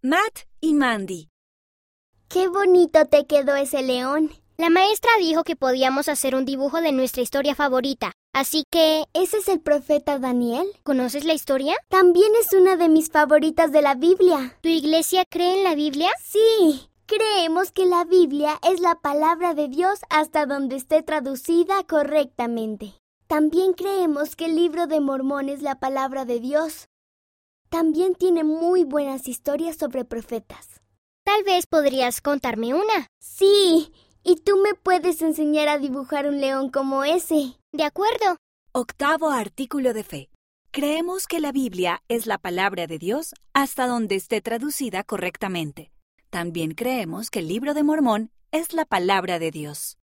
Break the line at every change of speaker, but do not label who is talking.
Matt y Mandy.
Qué bonito te quedó ese león.
La maestra dijo que podíamos hacer un dibujo de nuestra historia favorita, así que...
¿Ese es el profeta Daniel?
¿Conoces la historia?
También es una de mis favoritas de la Biblia.
¿Tu iglesia cree en la Biblia?
Sí. Creemos que la Biblia es la palabra de Dios hasta donde esté traducida correctamente. También creemos que el libro de Mormón es la palabra de Dios. También tiene muy buenas historias sobre profetas.
Tal vez podrías contarme una.
Sí, y tú me puedes enseñar a dibujar un león como ese.
De acuerdo.
Octavo artículo de fe. Creemos que la Biblia es la palabra de Dios hasta donde esté traducida correctamente. También creemos que el libro de Mormón es la palabra de Dios.